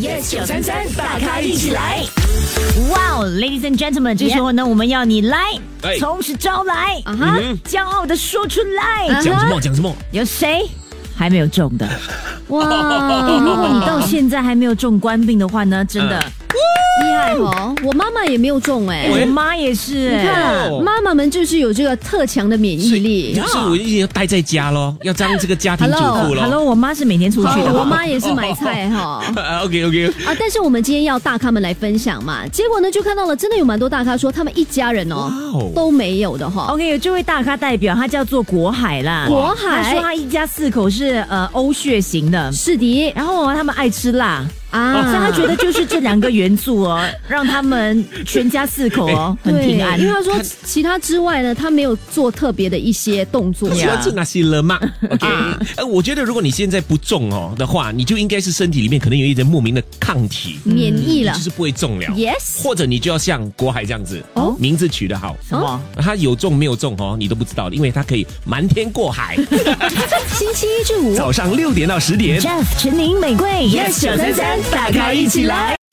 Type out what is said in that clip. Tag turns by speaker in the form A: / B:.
A: yes 九三三，大咖一起来。
B: 哇、哦 ladies and gentlemen，这时候呢，我们要你来
C: 哎，
B: 从实招来，
A: 啊哈，
B: 骄傲的说出
A: 啊嗯
B: 来，
C: 讲什么讲什么？
B: 有谁还没有中
A: 哦
B: 的？
A: 嗯
C: 哦
B: 哇，如果你到现在还没有中官病的话呢，真的，嗯
A: 厉害哦！我妈妈也没有中哎、
B: 我妈也是、
A: 你
B: 哎
A: 看
C: 哦
A: 妈妈们就是有这个特强的免疫力。
C: 就是我一定要待在家咯，要当这个家庭主妇咯。
B: Hello，我妈是每天出去的，
A: 哦我妈也是买菜哈。
C: OK OK，
A: 啊！但是我们今天要大咖们来分享嘛，结果呢就看到了，真的有蛮多大咖说他们一家人哦
C: 哇哦
A: 都没有的哈。
B: OK，有这位大咖代表，他叫做国海啦。
A: 国海
B: 他说他一家四口是呃欧血型的，
A: 是的
B: 然后他们爱吃辣，
C: 哦
A: 啊，
B: 所以他觉得就是这两个元素哦，让他们全家四口哦很
A: 对
B: 平安
C: 啊
A: 因为。他说其他之外呢，他没有做特别的一些动作。
C: 喜欢吃哪些了吗？OK，呃，
A: 啊
C: 我觉得如果你现在不中哦的话，你就应该是身体里面可能有一点莫名的抗体，
A: 免疫嗯了
C: 就是不会中了。
A: ，yes，
C: 或者你就要像国海这样子，
A: 哦
C: 名字取得好，
B: 什么？
C: 他有中没有中哦，你都不知道，因为他可以瞒天过 海。
A: 星期一至五
C: 早上六点到十点
B: Jeff、陈宁、玫瑰，Yes 九三三，大咖一起来。